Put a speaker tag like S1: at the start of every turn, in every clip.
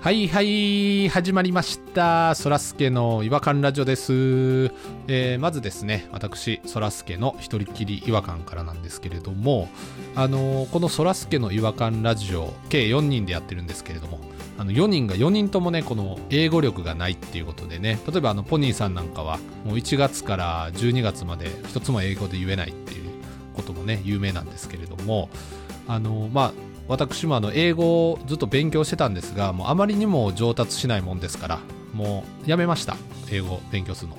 S1: はいはい始まりましたそらすけの違和感ラジオです、えーまずですね私そらすけの一人っきり違和感からなんですけれどもあのーこのそらすけの違和感ラジオ計4人でやってるんですけれどもあの4人が4人ともねこの英語力がないっていうことでね例えばあのポニーさんなんかはもう1月から12月まで一つも英語で言えないっていうこともね有名なんですけれどもあのまあ私もあの英語をずっと勉強してたんですがもうあまりにも上達しないもんですからもうやめました英語を勉強するの。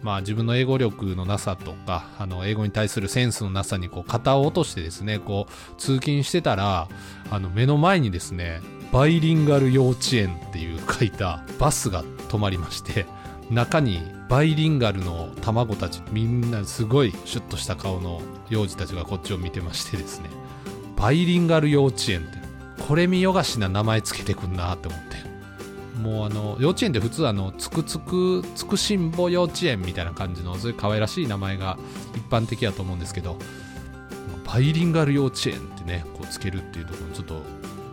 S1: まあ自分の英語力のなさとか、あの英語に対するセンスのなさにこう肩を落としてですね、こう通勤してたら、あの目の前にですね、バイリンガル幼稚園っていう書いたバスが止まりまして、中にバイリンガルの卵たち、みんなすごいシュッとした顔の幼児たちがこっちを見てましてですね、バイリンガル幼稚園って、これ見よがしな名前つけてくんなって思って。もうあの幼稚園で普通あのつくつくつくしんぼ幼稚園みたいな感じのそういう可愛らしい名前が一般的だと思うんですけどバイリンガル幼稚園ってねこうつけるっていうところにちょっと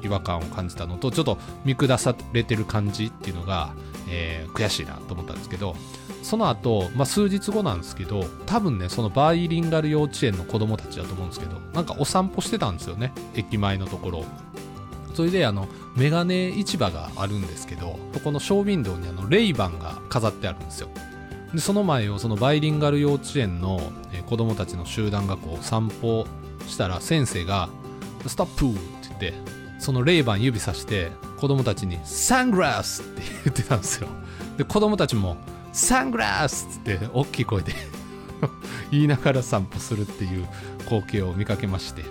S1: 違和感を感じたのとちょっと見下されてる感じっていうのが、えー悔しいなと思ったんですけどその後、まあ数日後なんですけど多分ねそのバイリンガル幼稚園の子供たちだと思うんですけどなんかお散歩してたんですよね駅前のところをそれであのメガネ市場があるんですけどそこのショーウィンドウにあのレイバンが飾ってあるんですよでその前をそのバイリンガル幼稚園のえー子供たちの集団がこう散歩したら先生が「ストップ!」って言ってそのレイバン指さして子供たちに「サングラス!」って言ってたんですよで子供たちも「サングラス!」って言って大きい声で 言いながら散歩するっていう光景を見かけまして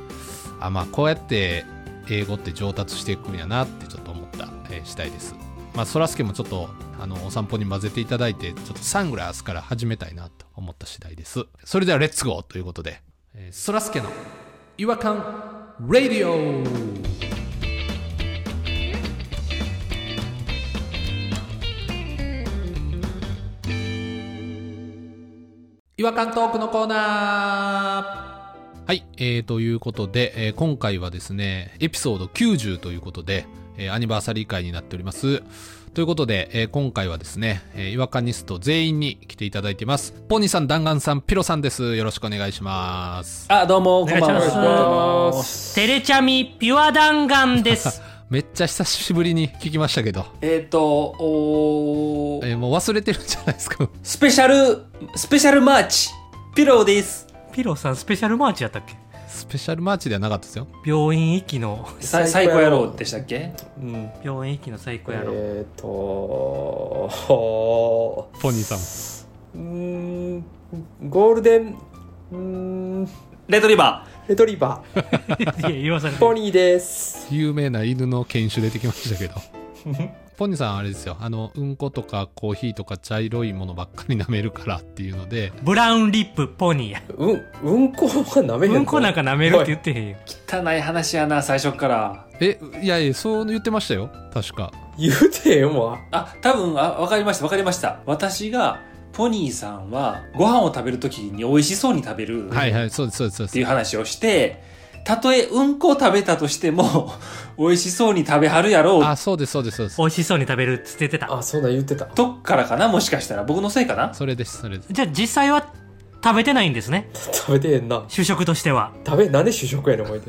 S1: あまあこうやって英語って上達していくんやなってちょっと思った、えー次第ですまあそらすけもちょっとあのお散歩に混ぜていただいてちょっとサングラスから始めたいなと思った次第ですそれではレッツゴーということでえーそらすけの違和感レディオ違和感トークのコーナーはい、えー、ということで、えー今回はですね、エピソード90ということで、えーアニバーサリー会になっております。ということで、えー今回はですね、えー、違和感ニスト全員に来ていただいています。ポニーさん、弾丸さん、ピロさんです。よろしくお願いします。
S2: あ、どうも、こんばん
S3: お願いしま
S2: は。
S3: テレチャミピュア弾丸です。
S1: めっちゃ久しぶりに聞きましたけど、
S2: えっ、と、おー
S1: えーもう忘れてるんじゃないですか。
S2: スペシャル、スペシャルマーチ、ピローです。
S3: ピロさんスペシャルマーチやったっけ
S1: スペシャルマーチではなかったですよ。
S3: 病院行きの、
S2: さ最高野郎でしたっけ
S4: うん、
S3: 病院行きの最高やろ。
S4: えっ、ー、とほ
S1: ポニーさんも。
S4: ーうーんゴールデンうーん
S2: レトリバ
S4: レトリバー
S3: いや、言わされて
S4: ポニーです
S1: 有名な犬の犬種出てきました けど。ポニーさんあれですよ。あの、うんことかコーヒーとか茶色いものばっかり舐めるからっていうので、
S3: ブラウンリップポニーや。
S4: うんうんこはなめへん
S3: うんこなんか舐めるって言
S4: っ
S3: ってへんよ。
S2: ー。汚い話やな、最初から。
S1: え、いやいや、そう言ってましたよ。確か。
S4: 言うてへんわ
S2: あ、多分、あ、わかりました、わかりました。私が、ポニーさんは、ご飯を食べるときに美味しそうに食べる。
S1: はい
S2: っ
S1: はい、そうです、そうです、そう
S2: て
S1: で
S2: いう話をして、たとえうんこを食べたとしても、 美味しそうに食べはるやろ
S1: す。あ、
S2: う。
S1: そうです、そうです、そうです
S3: 美。味しそうに食べるって捨ててた。
S4: あそんなん言ってた
S2: とっからかな、もしかしたら。僕のせいかな
S1: それです、それです。
S3: じゃあ実際は食べてないんですね。
S4: 食べてへんな
S3: 主食としては。
S4: 食べなんで主食やねんおいて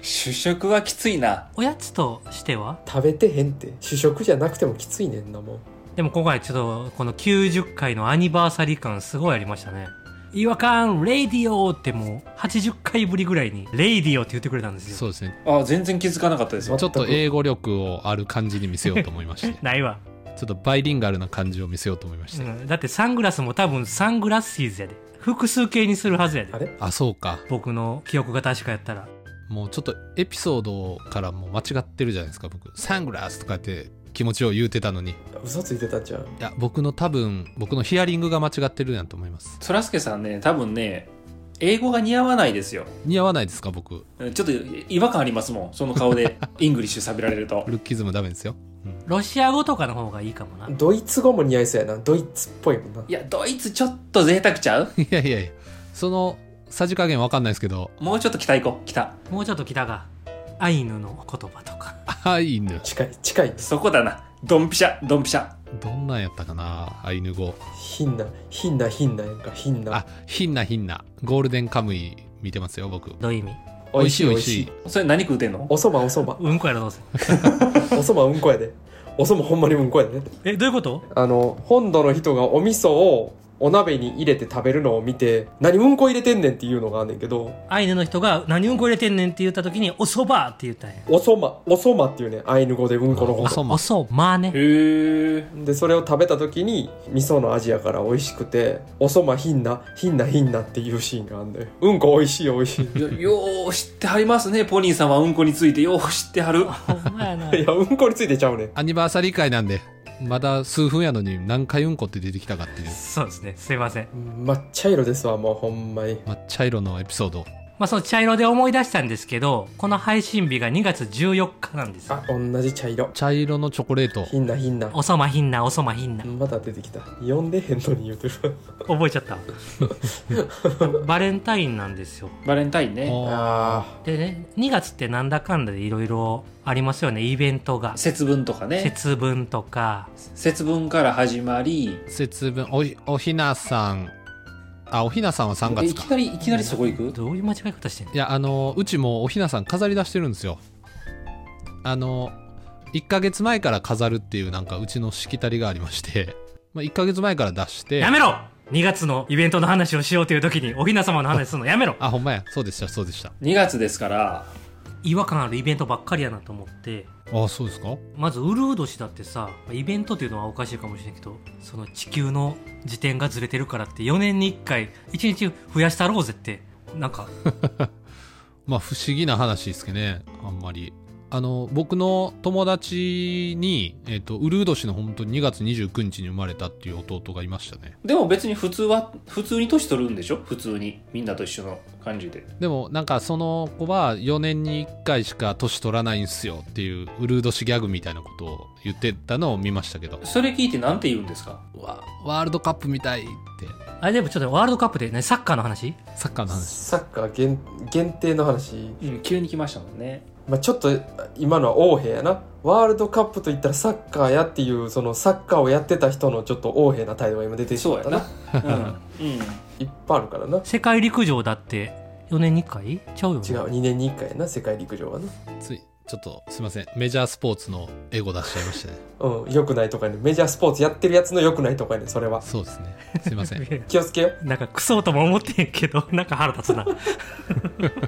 S2: 主食はきついな。
S3: おやつとしては
S4: 食べてへんって主食じゃなくてもきついねんなもう
S3: でも今回ちょっとこの90回のアニバーサリー感すごいありましたね。違和感、レイディオってもう80回ぶりぐらいに、レイディオって言ってくれたんですよ。
S1: そうですね。
S2: あ、全然気づかなかったですよ。
S1: ちょっと英語力をある感じに見せようと思いま して、
S3: ないわ、
S1: ちょっとバイリンガルな感じを見せようと思いまし
S3: う
S1: て。
S3: ん、だってサングラスも多分サングラスシーズやで複数形にするはずやで
S4: あれ
S1: あ、そうか。
S3: 僕の記憶が確かやったら
S1: もうちょっとエピソードからもう間違ってるじゃないですか、僕。サングラスとかって気持ちを言うてたのに。い
S4: 嘘ついてたんじゃん
S1: や、僕の多分、僕のヒアリングが間違ってるんやと思います。
S2: そらすけさんね、多分ね、英語が似合わないですよ。
S1: 似合わないですか、僕。
S2: ちょっと違和感ありますもん。その顔でイングリッシュ喋られると。
S1: ルッキズムダメですよ。
S3: ロシア語とかの方がいいかもな
S4: ドイツ語も似合いそうやなドイツっぽいもんない
S2: や、ドイツちょっと贅沢ちゃう
S1: いやいやいや、その、さじ加減わかんないですけど、
S2: もうちょっと北行こう。北。
S3: もうちょっと北がアイヌの言葉とか
S1: アイヌ。
S4: 近い近い
S2: そこだな。ドンピシャ、ドンピシャ。
S1: どんなんやったかなアイヌ語。
S4: ひんなひんなひんなやんかひんな
S1: あ、ヒンナヒンナ。ゴールデンカムイ見てますよ、僕。
S3: どういう意味
S1: 美味しい美味しい。
S2: それ何食うてんの
S4: おそばおそば
S3: うんこやろどうせ。
S4: おそばうんこやでおそばほんまにうんこやでね
S3: え、どういうこと
S4: あの本土の人がお味噌をお鍋に入れて食べるのを見て何うんこ入れてんねんっていうのがあんねんけど
S3: アイヌの人が何うんこ入れてんねんって言った時に、おそばって言ったんや。
S4: おそまおそまっていうねアイヌ語でうんこの
S1: お
S4: こと
S1: そま
S3: お。そまね。
S2: へえ。
S4: でそれを食べた時に味噌の味やから美味しくておそまひんなひんなひんなっていうシーンがあんだようんこ美味しい美味しい
S2: よよう知ってはりますね、ポニーさんはうんこについてよう知ってはる。
S3: ほんまやな。
S4: いやうんこについてちゃうねん
S1: アニバーサリー会なんで、まだ数分やのに何回うんこって出てきたかっていう。
S3: そうですね。すいません。
S4: 抹茶色ですわもうほんまに
S1: 抹茶色のエピソード。
S3: まあ、その茶色で思い出したんですけど、この配信日が2月14日なんですよ。
S4: あ同じ茶色
S1: 茶色のチョコレート。
S4: ひんなひんな
S3: おそまひんな、おそまひんな。
S4: まだ出てきた呼んでへんのに言うてる
S3: 覚えちゃった。 バレンタインなんですよ。
S2: バレンタインね。
S4: あ
S3: でね、2月ってなんだかんだでいろいろありますよね、イベントが。
S2: 節分とかね。
S3: 節分とか、
S2: 節分から始まり、
S1: 節分、おひ、おひなさん。あ、おひなさんは3
S2: え
S1: 月
S2: いき
S1: か。
S2: なり、いきなりそこ行く
S3: どういう間違い方してんの
S1: いや、あの、うちもおひなさん飾り出してるんですよ。あの、1ヶ月前から飾るっていうなんかうちのしきたりがありまして、 まあ、1ヶ月前から出して、
S3: やめろ !2 月のイベントの話をしようという時におひな様の話するのやめろ
S1: あ、ほんまや。そうでした、そうでした。
S2: 2月ですから、
S3: 違和感あるイベントばっかりやなと思って、
S1: あ、そうですか
S3: まずウルー年だってさイベントっていうのはおかしいかもしれないけどその地球の時点がずれてるからって4年に1回1日増やしたろうぜってなんか
S1: まあ不思議な話ですけどね、あんまり。あの、僕の友達に、えっ、と、ウルー年の本当に2月29日に生まれたっていう弟がいましたね。
S2: でも別に普通は、普通に年取るんでしょ普通に。みんなと一緒の感じで。
S1: でもなんかその子は4年に1回しか年取らないんすよっていうウルー年ギャグみたいなことを言ってたのを見ましたけど、
S2: それ聞いてなんて言うんですか
S1: わワールドカップみたいって、
S3: あれでもちょっとワールドカップでねサッカーの話
S1: サッカーの
S4: あ
S1: 話。
S4: サッカー限限定の話、
S2: うん、急に来ましたもんね。
S4: まあ、ちょっと今のは横柄やなワールドカップといったらサッカーやっていうそのサッカーをやってた人のちょっと横柄な態度が今出てし
S2: そ
S4: ま
S2: う
S4: っ
S2: や
S4: た
S2: な
S4: な。
S2: うん。うん。
S4: いっぱいあるからな違う
S3: 世界陸上だって4年に1回ちゃうよね
S4: 2年に1回やな世界陸上はな
S1: つい、ちょっとすいません、メジャースポーツのエゴ出しちゃいま したね。
S4: うん良くないとかねメジャースポーツやってるやつの良くないとかねそれは
S1: そうですね。すいま せん。
S4: 気をつけよ
S3: なんかクソとも思ってんけど なんか腹立つな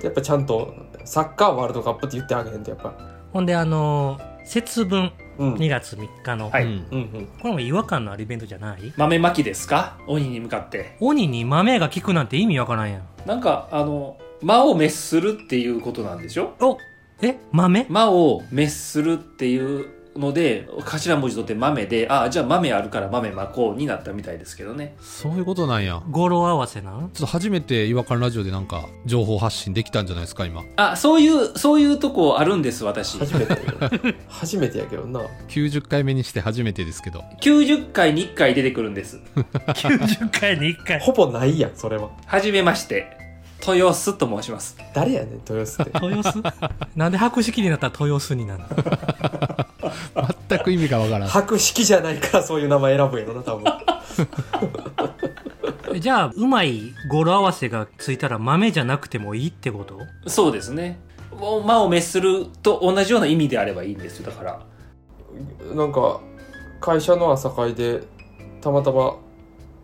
S4: やっぱちゃんとサッカーワールドカップって言ってあげへんとやっぱ
S3: ほんであのー節分
S4: うん
S3: 2月3日の、
S2: はい
S1: うん
S4: うんうん
S3: これも違和感のあるイベントじゃない
S2: 豆まきですか鬼に向かって。
S3: 鬼に豆が効くなんて意味わからんやん
S2: なんか、あの、魔を滅するっていうことなんでしょ
S3: おえ豆
S2: 魔を滅するっていうので、頭文字取って豆で、ああ、じゃあ豆あるから豆まこうになったみたいですけどね。
S1: そういうことなんや。
S3: 語呂合わせな ん
S1: ちょっと初めて違和感ラジオでなんか情報発信できたんじゃないですか今
S2: あ、そういう、そういうとこあるんです、私。
S4: 初めてやけど初めてやけどな
S1: 90回目にして初めてですけど
S2: 90回に1回出てくるんです。
S3: 90回に1回
S4: ほぼないやんそれは
S2: はじめまして、豊洲と申します。
S4: 誰やねん豊洲って
S3: 豊洲なんで白色になったら豊洲になるの
S1: 全く意味がわからん
S4: 博識じゃないからそういう名前選ぶんやろな多分
S3: じゃあうまい語呂合わせがついたら豆じゃなくてもいいってこと
S2: そうですね。もう魔を滅すると同じような意味であればいいんですよ、だから。
S4: なんか会社の朝会でたまたま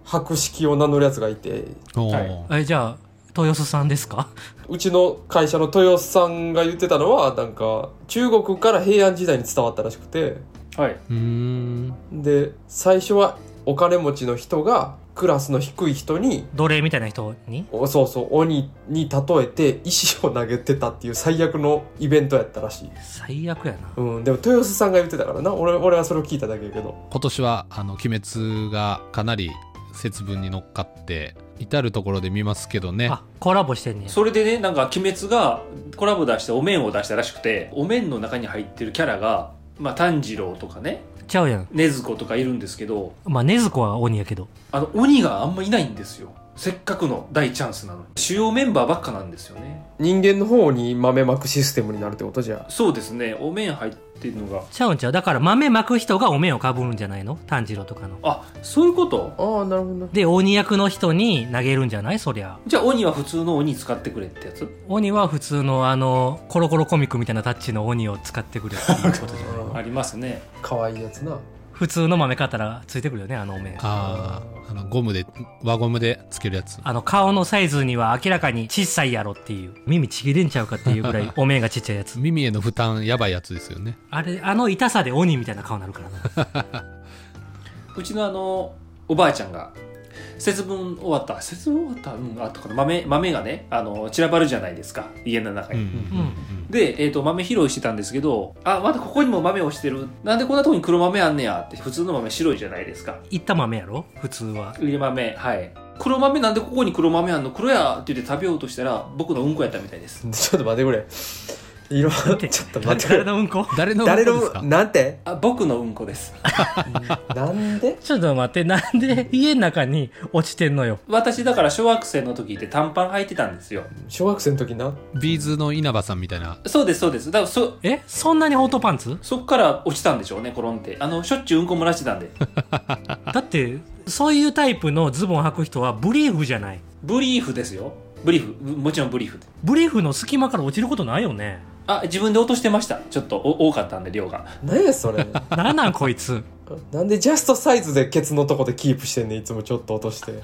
S4: 博識を名乗るやつがいて
S1: おー
S2: はい
S3: えじゃあ豊洲さんですか
S4: うちの会社の豊洲さんが言ってたのはなんか中国から平安時代に伝わったらしくて
S2: はい。
S1: うーん
S4: で最初はお金持ちの人がクラスの低い人に
S3: 奴隷みたいな人に
S4: おそうそう鬼に例えて石を投げてたっていう最悪のイベントやったらしい、
S3: 最悪やな
S4: うん、でも豊洲さんが言ってたからな俺俺はそれを聞いただけやけど
S1: 今年はあの「鬼滅」がかなり節分に乗っかって至る所で見ますけどね
S3: あコラボしてんねや
S2: それでね、なんか、鬼滅がコラボ出してお面を出したらしくて、お面の中に入ってるキャラが、まあ、炭治郎とかね、
S3: ちゃうやん。
S2: 禰豆子とかいるんですけど
S3: まあ、禰豆子は鬼やけど。
S2: あの鬼があんまいないんですよせっかくの大チャンスなのに主要メンバーばっかなんですよね
S4: 人間の方に豆まくシステムになるってことじゃ
S2: そうですねお面入ってるのが
S3: ちゃうんちゃうだから豆まく人がお面をかぶるんじゃないの炭治郎とかの。
S2: あそういうこと
S4: ああなるほど
S3: で、鬼役の人に投げるんじゃないそりゃ。
S2: じゃあ鬼は普通の鬼使ってくれってやつ
S3: 鬼は普通のあの、コロコロコミックみたいなタッチの鬼を使ってく るっていうことじゃない
S2: ありますね
S4: 可愛いやつな
S3: 普通の豆買ったらついてくるよね、あのお面。
S1: ああ、あの、ゴムで、輪ゴムでつけるやつ。
S3: あの、顔のサイズには明らかに小さいやろっていう。耳ちぎれんちゃうかっていうぐら いお面がちっちゃいやつ。
S1: 耳への負担、やばいやつですよね。
S3: あれ、あの痛さで鬼みたいな顔になるからな。
S2: うちのあのおばあちゃんが節分終わった節分終わったうんあとかな豆豆がねあの散らばるじゃないですか家の中
S1: うん
S2: に、
S1: うん
S2: で、えー、と豆拾いしてたんですけどあまだここにも豆落ちてるなんでこんなとこに黒豆あんねやって普通の豆白いじゃないですか
S3: いった豆やろ普通は。
S2: ゆで豆はい黒豆なんでここに黒豆あんの黒やって言って食べようとしたら僕のうんこやったみたいです
S4: ちょっと待ってくれいろ
S3: て
S4: ちょっと待って
S3: 誰
S4: くれ
S3: のうんこ
S1: うん。誰の
S4: 誰
S1: ことです
S4: の
S1: か
S4: なんて
S2: あ僕のうんこです
S4: なんで
S3: ちょっと待って、なんで家の中に落ちてんのよ。
S2: 私だから小学生の時って短パン履いてたんですよ
S4: 小学生の時な
S1: ビーズの稲葉さんみたいな。
S2: そうですそうですだからそ
S3: えそんなにホートパンツ
S2: そっから落ちたんでしょうねコロンってあのしょっちゅううんこ漏らしてたんで
S3: だって、そういうタイプのズボン履く人はブリーフじゃない。
S2: ブリーフですよブリーフぶもちろんブリーフ
S3: ブリーフの隙間から落ちることないよね。
S2: あ自分で落としてましたちょっとお多かったんで量が
S4: 何 やそれ
S3: なんなんこいつ。
S4: なんでジャストサイズでケツのとこでキープしてんねんいつもちょっと落として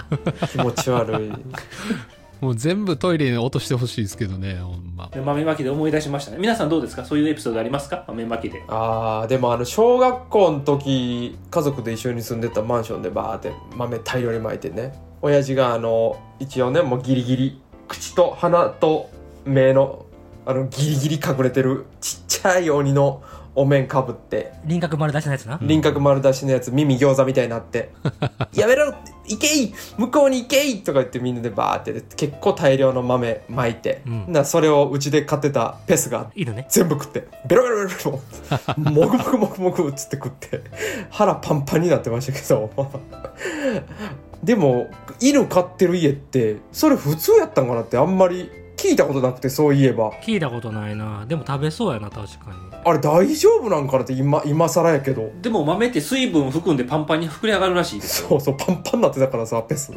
S4: 気持ち悪い
S1: もう全部トイレに落としてほしいですけどね、ほんま。
S2: で豆まきで思い出しましたね皆さんどうですかそういうエピソードありますか豆まきで
S4: あーでもあの小学校の時家族で一緒に住んでたマンションでバーって豆大量にまいてね親父があの一応ねもうギリギリ口と鼻と目のあのギリギリ隠れてるちっちゃい鬼のお面かぶって
S3: 輪郭丸出しのやつな。
S4: 輪郭丸出しのやつ耳餃子みたいにな って「やめろ行けい向こうに行けい!」とか言ってみんなでバーってで結構大量の豆まいて、
S3: うん
S4: なそれをうちで買ってたペスが
S3: 犬ね。
S4: 全部食ってベロベロベロベロもぐもぐもぐもぐっつって食って腹パンパンになってましたけどでも犬飼ってる家ってそれ普通やったんかなってあんまり聞いたことなくてそういえば
S3: 聞いたことないな。でも食べそうやな、確かに。
S4: あれ大丈夫なんかなって今今更やけど
S2: でも豆って水分含んでパンパンに膨れ上がるらしいです
S4: そうそうパンパンになってたからさペス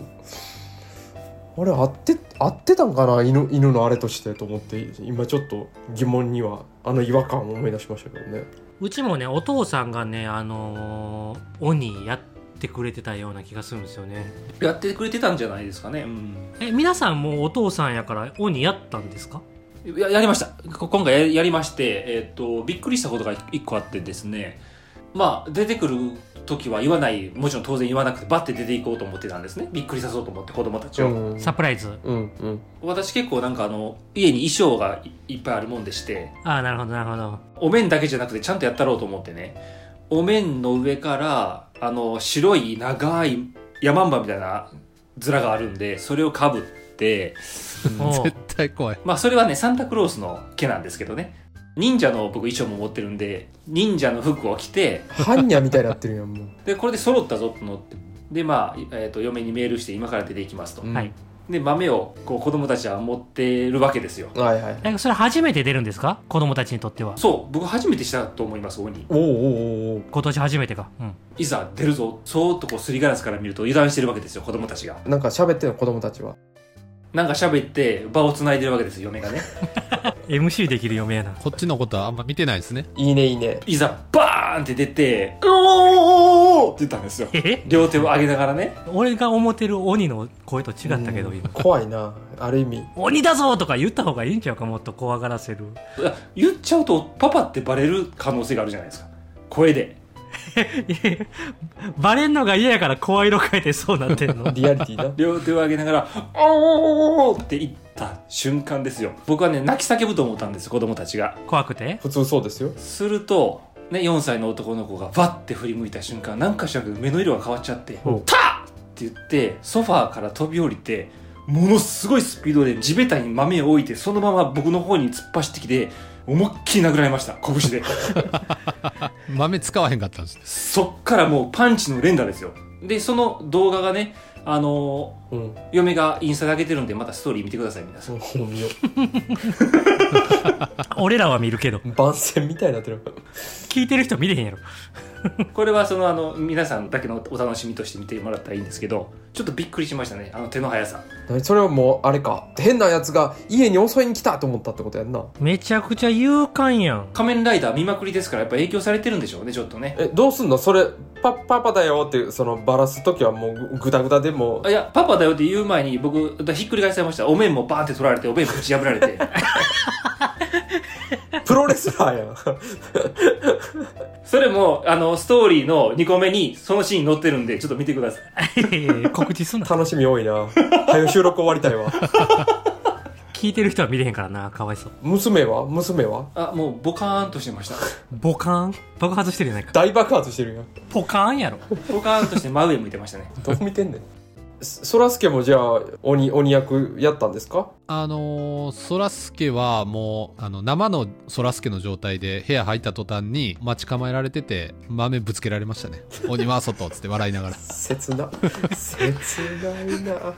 S4: あれ合って合ってたんかな犬犬のあれとしてと思って今ちょっと疑問にはあの違和感を思い出しましたけどね
S3: うちもね、お父さんがね、あのー鬼やってくれてたような気がするんですよね。
S2: やってくれてたんじゃないですかねうん
S3: え、皆さんもお父さんやから鬼やったんですか
S2: ややりましたこ今回ややりまして、えっとびっくりしたことが1個あってですねまあ出てくる時は言わないもちろん当然言わなくてバッて出ていこうと思ってたんですねびっくりさそうと思って子供たちを、
S4: うん
S3: サプライズ。
S4: うんうん
S2: 私結構なんかあの家に衣装がいいっぱいあるもんでして
S3: ああ、なるほど、なるほど。
S2: お面だけじゃなくてちゃんとやったろうと思ってねお面の上からあの白い長い山んばみたいな面があるんでそれをかぶって
S3: おう
S1: 絶対怖い。
S2: まあそれはねサンタクロースの毛なんですけどね忍者の僕衣装も持ってるんで忍者の服を着て
S4: 般若みたいになってるやんもう
S2: でこれで揃ったぞと思ってでまあ、えーと嫁にメールして今から出ていきますと、
S4: うん
S3: はい
S2: で豆をこう子供たちは持ってるわけですよ
S4: はいはい
S3: え、それ初めて出るんですか子供たちにとっては。
S2: そう僕初めてしたと思います鬼
S4: おうおうおうおう
S3: 今年初めてか。うん。
S2: いざ出るぞそーっとこうすりガラスから見ると油断してるわけですよ子供たちが
S4: なんか喋ってんの子供たちは
S2: なんか喋って場をつないでるわけですよ嫁がね
S3: MC できる嫁やな。
S1: こっちのことはあんま見てないですね。
S4: いいねいいね
S2: いざバーンって出て「うおー!」って言ったんですよ
S3: え
S2: 両手を上げながらね
S3: 俺が思ってる鬼の声と違ったけど、
S4: うん
S3: 今。
S4: 怖いなある意味
S3: 鬼だぞとか言った方がいいんちゃうか、もっと怖がらせる。
S2: いや言っちゃうとパパってバレる可能性があるじゃないですか声で
S3: バレんのが嫌やから声色変えてそうなってん の。
S4: リアリティな
S2: 両手を上げながら「おー!」って言った瞬間ですよ僕はね泣き叫ぶと思ったんです子供たちが
S3: 怖くて
S4: 普通そうですよ
S2: するとね4歳の男の子がバッて振り向いた瞬間なんか知らんけど目の色が変わっちゃって
S3: お
S2: 「タッ!」って言ってソファーから飛び降りてものすごいスピードで地べたに豆を置いてそのまま僕の方に突っ走ってきて思いっきり殴られました拳で
S1: 豆使わへんかったんですね
S2: そっからもうパンチの連打ですよでその動画がねあの
S4: うん
S2: 嫁がインスタで上げてるんでまたストーリー見てください皆さん
S4: もう見よ
S3: 俺らは見るけど
S4: う番宣みたいになってる
S3: 聞いてる人見れへんやろ
S2: これはそのあの皆さんだけのお楽しみとして見てもらったらいいんですけどちょっとびっくりしましたねあの手の速さ
S4: 何それはもうあれか変なやつが家に襲いに来たと思ったってことやんな
S3: めちゃくちゃ勇敢や ん
S2: 仮面ライダー見まくりですからやっぱ影響されてるんでしょうねちょっとね
S4: えどうすんのそれパパパだよってそのバラす時はもうグダグダでも
S2: あいやパパだよって言う前に僕ひっくり返されましたお面もバーンって取られてお面ぶち破られ て
S4: プロレスラーやん
S2: それもあのストーリーの2個目にそのシーン載ってるんでちょっと見てください
S3: 告知すんな
S4: 楽しみ多いな早よ収録終わりたいわ
S3: 聞いてる人は見れへんからなかわいそう
S4: 娘は娘は
S2: あもうボカーンとしてました
S3: ボカーン爆発してるやないか
S4: 大爆発してるやん
S3: ポカーンやろ
S2: ボカーンとして真上向いてましたね
S4: どう見てんねんそそらすけもじゃあ鬼鬼役やったんですか
S1: あのー、そらすけはもうあの生のそらすけの状態で部屋入った途端に待ち構えられてて豆ぶつけられま したね「鬼は外」っつって笑いながら
S4: 切な切ないな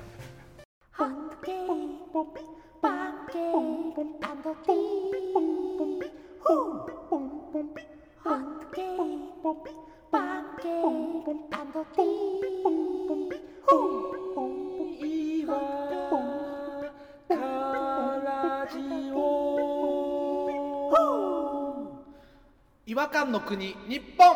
S5: Hunky,
S6: 違和感の国日本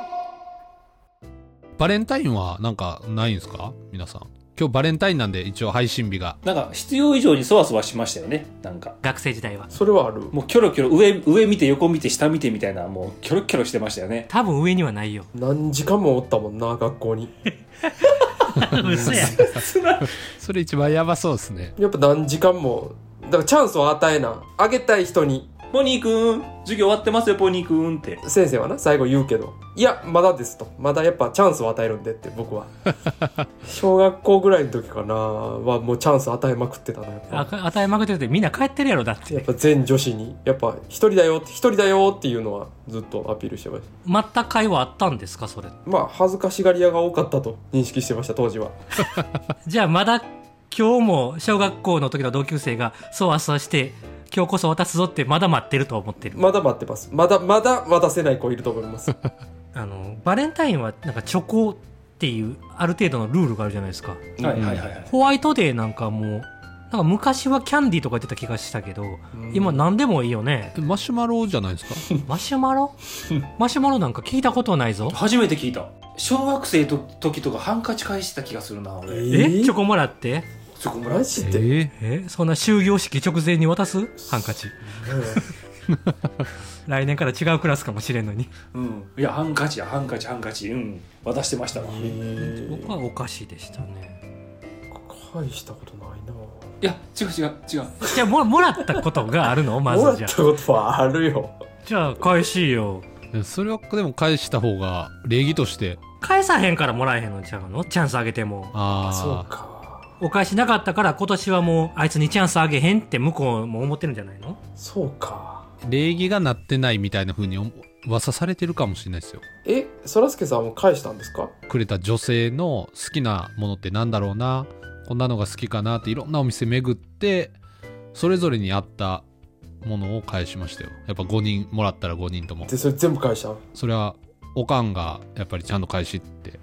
S1: バレンタインはなんかないんですか皆さん今日バレンタインなんで一応配信日が
S2: なんか必要以上にそわそわしましたよねなんか
S3: 学生時代は
S4: それはある
S2: もうキョロキョロ上上見て横見て下見てみたいなもうキョロキョロしてましたよね
S3: 多分上にはないよ
S4: 何時間もおったもんな学校に
S3: 嘘や
S1: それ一番やばそうですね
S4: やっぱ何時間もだからチャンスを与えなあげたい人に
S2: ポニーくん授業終わってますよポニーくんって
S4: 先生はな最後言うけどいやまだですとまだやっぱチャンスを与えるんでって僕 は小学校ぐらいの時かなはもうチャンス与えまくってたなやっ
S3: あ
S4: ぱ
S3: 与えまくってるってみんな帰ってるやろだっ
S4: やってぱ全女子にやっぱ一人だよって一人だよっていうのはずっとアピールしてました
S3: 全く会話あったんですかそれ
S4: まあ恥ずかしがり屋が多かったと認識してました当時は
S3: じゃあまだ今日も小学校の時の同級生がそわそわして今日こそ渡すぞってまだ待ってると思ってる、
S4: まだ待ってますまだまだ渡せない子いると思います
S3: あのバレンタインはなんかチョコっていうある程度のルールがあるじゃないですか
S2: はいはいはいはい
S3: ホワイトデーなんかもうなんか昔はキャンディーとか言ってた気がしたけど、今何でもいいよね
S1: えマシュマロじゃないですか
S3: マシュマロマシュマロなんか聞いたことないぞ
S2: 初めて聞いた小学生の時とかハンカチ返してた気がするな
S4: え
S2: 俺
S4: ー
S3: えチョコもらって
S2: そこもら
S4: マ
S2: う
S4: ジで、
S3: えそんな終業式直前に渡すハンカチ来年から違うクラスかもしれんのに
S2: うんいやハンカチやハンカチハンカチうん渡してましたわ
S4: えー
S3: 僕はお菓子でしたね
S4: 返したことないない
S2: や違う違う違う
S3: じゃあももらったことがあるのま
S4: もら
S3: ずじ
S4: っ
S3: ゃ
S4: た
S3: あ
S4: ことはあるよ
S3: じゃあ返しいよ
S1: えそれはでも返した方が礼儀として
S3: 返さへんからもらえへんのちゃうのチャンスあげても
S1: ああ
S4: そうか
S3: お返しなかったから今年はもうあいつにチャンスあげへんって向こうも思ってるんじゃないの
S4: そうか
S1: 礼儀がなってないみたいな風に思噂されてるかもしれないですよ
S4: えそらすけさんも返したんですか
S1: くれた女性の好きなものってなんだろうなこんなのが好きかなっていろんなお店巡ってそれぞれに合ったものを返しましたよやっぱ5人もらったら5人とも
S4: でそれ全部返したん
S1: それはおかんがやっぱりちゃんと返しって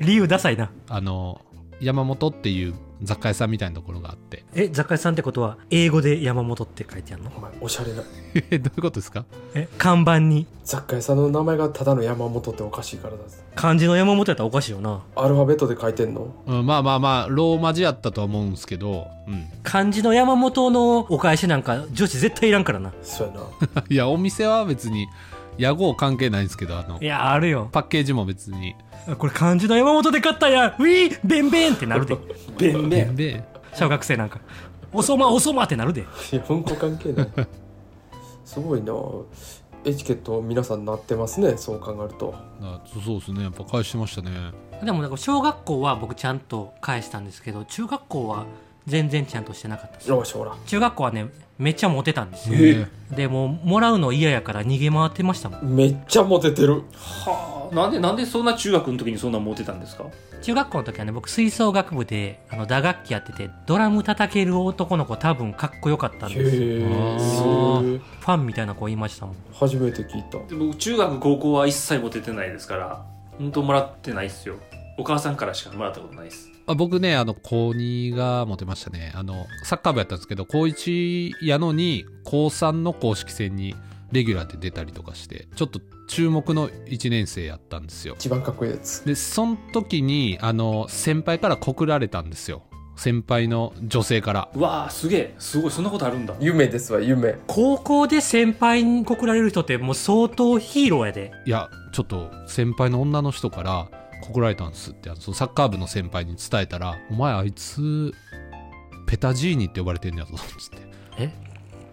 S3: 理由ダサいな
S1: あの山本っていう雑貨屋さんみたいなところがあって
S3: え雑貨屋さんってことは英語で山本って書いてあるの
S4: お前おしゃれな
S1: えどういうことですか
S3: え看板に
S4: 雑貨屋さんの名前がただの山本っておかしいからだぜ
S3: 漢字の山本やったらおかしいよな
S4: アルファベットで書いてんの
S1: うん、まあまあまあローマ字やったとは思うんですけど、うん、
S3: 漢字の山本のお返しなんか女子絶対いらんからな
S4: そうやない
S1: やお店は別に屋号関係ないんですけどあの
S3: いやあるよ
S1: パッケージも別に
S3: これ漢字の山本で買ったやんウィーベンベンってなるで
S2: べんべん
S1: で
S3: 小学生なんかおそまおそまってなるで
S4: いや本当関係 ないすごいなエチケット皆さんなってますねそう考えると
S1: あそそうですねやっぱ返してましたね
S3: でもなんか小学校は僕ちゃんと返したんですけど中学校は全然ちゃんとしてなかったです
S4: よしほら
S3: 中学校はねめっちゃモテたんですよ
S1: え
S3: でもうもらうの嫌やから逃げ回ってましたもん
S4: めっちゃモテてる
S2: はあなんでなんでそんな中学の時にそんなモテたんですか
S3: 中学校の時はね僕吹奏楽部であの打楽器やっててドラム叩ける男の子多分かっこよかったん
S4: へ
S3: です
S1: あ
S3: よ
S4: え
S3: ーファンみたいな子いましたもん
S4: 初めて聞いた
S2: で僕中学高校は一切モテてないですから本当もらってないっすよお母さんからしかもらったことないっす
S1: あ僕ね、あの、高2がモテましたね。あの、サッカー部やったんですけど、高1やのに、高3の公式戦にレギュラーで出たりとかして、ちょっと注目の1年生やったんですよ。
S4: 一番かっこいいやつ
S1: で、その時に、あの、先輩から告られたんですよ。先輩の女性から。
S2: うわあすげえすごいそんなことあるんだ
S4: 夢ですわ夢
S3: 高校で先輩に告られる人ってもう相当ヒーローやで
S1: いや、ちょっと先輩の女の人から告られたんですって、あのそのサッカー部の先輩に伝えたら、お前あいつ、ペタジーニって呼ばれてんやぞ、つって。
S3: え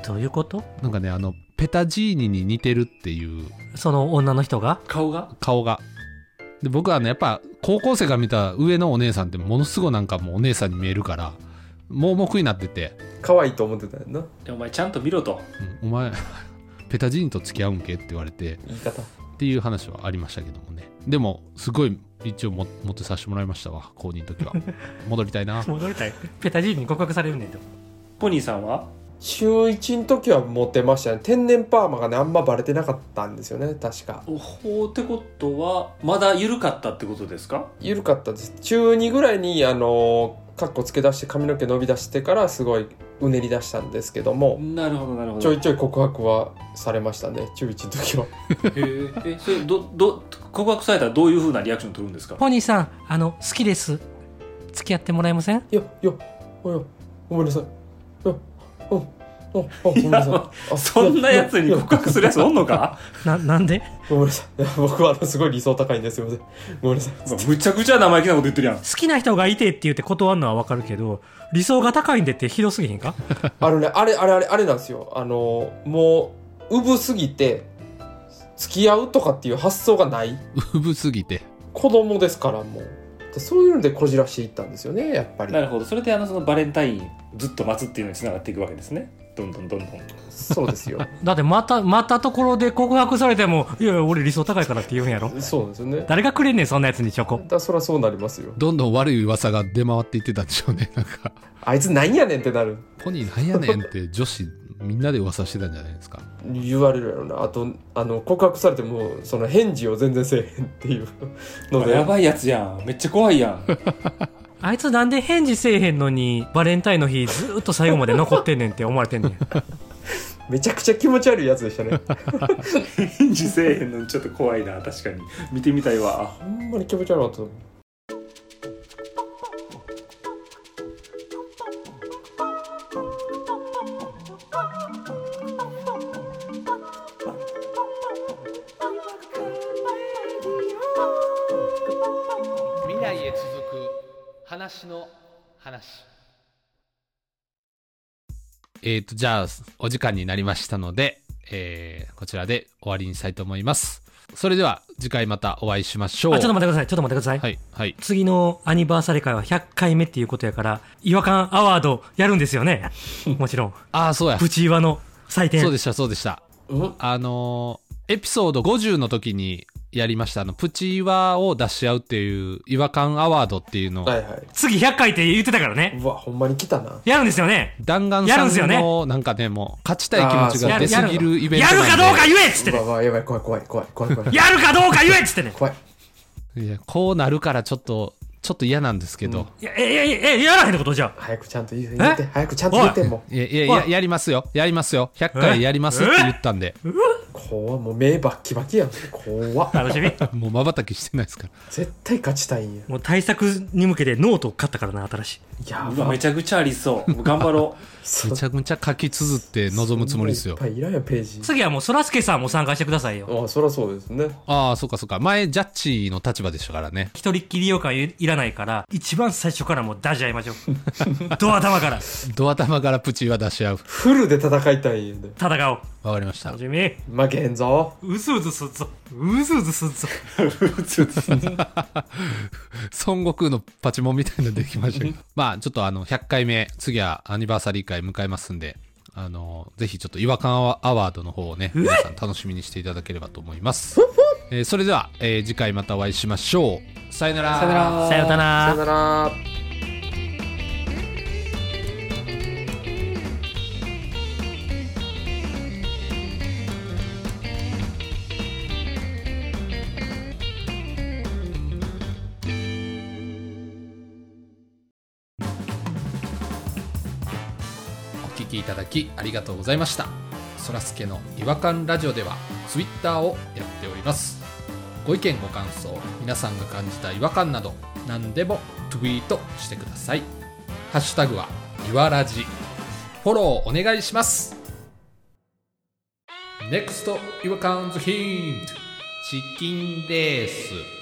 S3: どういうこと
S1: なんかね、あの、ペタジーニに似てるっていう
S3: その女の人が
S2: 顔が
S1: 顔が。で、僕はね、やっぱ、高校生が見た上のお姉さんって、ものすごいなんかもうお姉さんに見えるから、盲目になってて、
S4: 可愛いと思ってたんやな
S2: でお前ちゃんと見ろと
S1: うんお前、 ペタジーニと付き合うんけって言われて、
S4: 言い方
S1: っていう話はありましたけどもね。でも、すごい、一応も、持ってさせてもらいましたわ、高2の時は。戻りたいな。
S3: 戻りたいペタジーニに告白されるねんと
S2: ポニーさんは
S4: 中1の時はモテましたね天然パーマがねあんまバレてなかったんですよね確か
S2: おほうってことはまだ緩かったってことですか
S4: 緩かったです中2ぐらいにあのカッコつけ出して髪の毛伸び出してからすごいうねり出したんですけども
S2: なるほどなるほ
S4: ちょ
S2: ど
S4: いちょい告白はされましたね中1の時は
S2: へええそれどど告白されたらどういうふうなリアクション取るんですか
S3: ポニーさんあの好きです付き合ってもらえません
S4: いやいやいやごめんなさいいやうんうんあごめんなさ いあ
S2: そんなやつ
S4: い
S2: に
S4: やいや
S2: 告白するやつおんのか
S3: ななんで
S4: ごめんなさいいや僕はあのすごい理想高いんですいませんごめんなさい
S2: むちゃくちゃ生意気なこと言ってるやん
S3: 好きな人がいてって言って断るのはわかるけど理想が高いんでってひどすぎひんか
S4: あのね、あれ、あれ、あれ、あれなんですよ。あの、もう、うぶすぎて、付き合うとかっていう発想がない
S1: ふぶすぎて。
S4: 子供ですから、もう。でそういうのでこじらしていったんですよね、やっぱり
S2: な。るほどそれであのそのバレンタインずっと待つっていうのにつながっていくわけですねどんどんどんどん
S4: そうですよ。
S3: だってまたまたところで告白されてもいやいや俺理想高いからって言うんやろ
S4: そうですよね。だ
S3: 誰がくれんねんそんなやつにチョコ
S4: からそりゃそうなりますよ。
S1: どんどん悪い噂が出回っていってたんでしょうね。なんか、
S4: あいつなんやねんってなる。
S1: ポニーなんやねんって女子みんなで噂してたんじゃないですか。
S4: 言われるやろな。あと、あの、告白されても、その返事を全然せえへんっていうの
S2: あや
S4: で。
S2: ばいやつやんめっちゃ怖いやん
S3: あいつなんで返事せえへんのにバレンタインの日ずーっと最後まで残ってんねんって思われて んねん
S4: めちゃくちゃ気持ち悪いやつでしたね。
S2: 返事せえへんのちょっと怖いな確かに見てみたいわ
S4: ほんまに気持ち悪かった。
S6: 未来へ続く話の話
S1: えー、と、じゃあ、お時間になりましたので、えーこちらで終わりにしたいと思います。それでは、次回またお会いしましょう。
S3: あちょっと待ってくださいちょっと待ってください、
S1: はい、はい。
S3: 次のアニバーサリー会は100回目っていうことやから違和感アワードやるんです よねもちろん
S1: ああ、そうや。
S3: プチ岩の祭典
S1: そうでした、そうでした。あのーエピソード50の時にやりました、あの、プチ岩を出し合うっていう、違和感アワードっていうのを、
S4: はいはい。
S3: 次100回って言ってたからね
S4: うわ、ほんまに来たな。
S3: やるんですよね
S1: 弾丸
S3: やる
S1: さ
S3: んすよ
S1: ん
S3: ね
S1: の、なんかね、もう、勝ちたい気持ち
S4: あ
S1: が
S4: ー
S1: 出すぎるイベントな
S3: や
S1: ん
S3: る
S1: で。
S3: かどうか言えっつって
S4: うわ
S3: ね
S4: うわ、やばい、怖い、怖い、怖い、怖い、怖い。
S3: やるかどうか言えっつってね
S4: 怖い。
S1: いや、こうなるからちょっと、ちょっと嫌なんですけど。
S3: いやええええやらへんってことじゃあ
S4: 早くちゃんと言う言って早くちゃんと言っても
S1: いや、いや、いや
S3: おい
S1: やりますよ。やりますよ。100回やりますって言ったんで。
S4: う怖っもう目バッキバキやん怖っ
S3: 楽しみ
S1: もう瞬きしてないですから。
S4: 絶対勝ちたいんや
S3: もう対策に向けてノートを買ったからな新しいう
S4: や
S2: うわ
S4: ば
S2: めちゃくちゃありそうもう頑張ろう
S1: めちゃくちゃ書き綴って臨むつもりですよ
S4: いっ。ぱいいらんやんペー ジ
S3: 次はもうそらすけさんも参加してくださいよ
S4: あそりゃそうですね
S1: ああ、そうかそうか。前、ジャッジの立場でしたからね。
S3: 一人っきりようかいらないから一番最初からもう出し合いましょうドア玉から
S1: ドア玉からプチは出し合う。
S4: フルで戦いたいんやね
S3: 戦おう
S1: わかりました
S3: 楽。しみ
S4: 負負けへんぞ
S3: うずうずすんぞうずうずすんぞ
S1: 孫悟空のパチモンみたいなのできましたけど まあちょっとあの100回目次はアニバーサリー会迎えますんであのぜひちょっと違和感アワアワードの方をね皆さん楽しみにしていただければと思います、えーそれでは、えー次回またお会いしましょうさよなら
S2: さよなら
S3: さような
S4: さ
S3: ら
S4: よなら
S1: お聞きいただきありがとうございましたそらすけの違和感ラジオではツイッターをやっておりますご意見ご感想皆さんが感じた違和感など何でもツイートしてくださいハッシュタグはいわらじフォローお願いします NEXT 違和感ズヒントチキンレース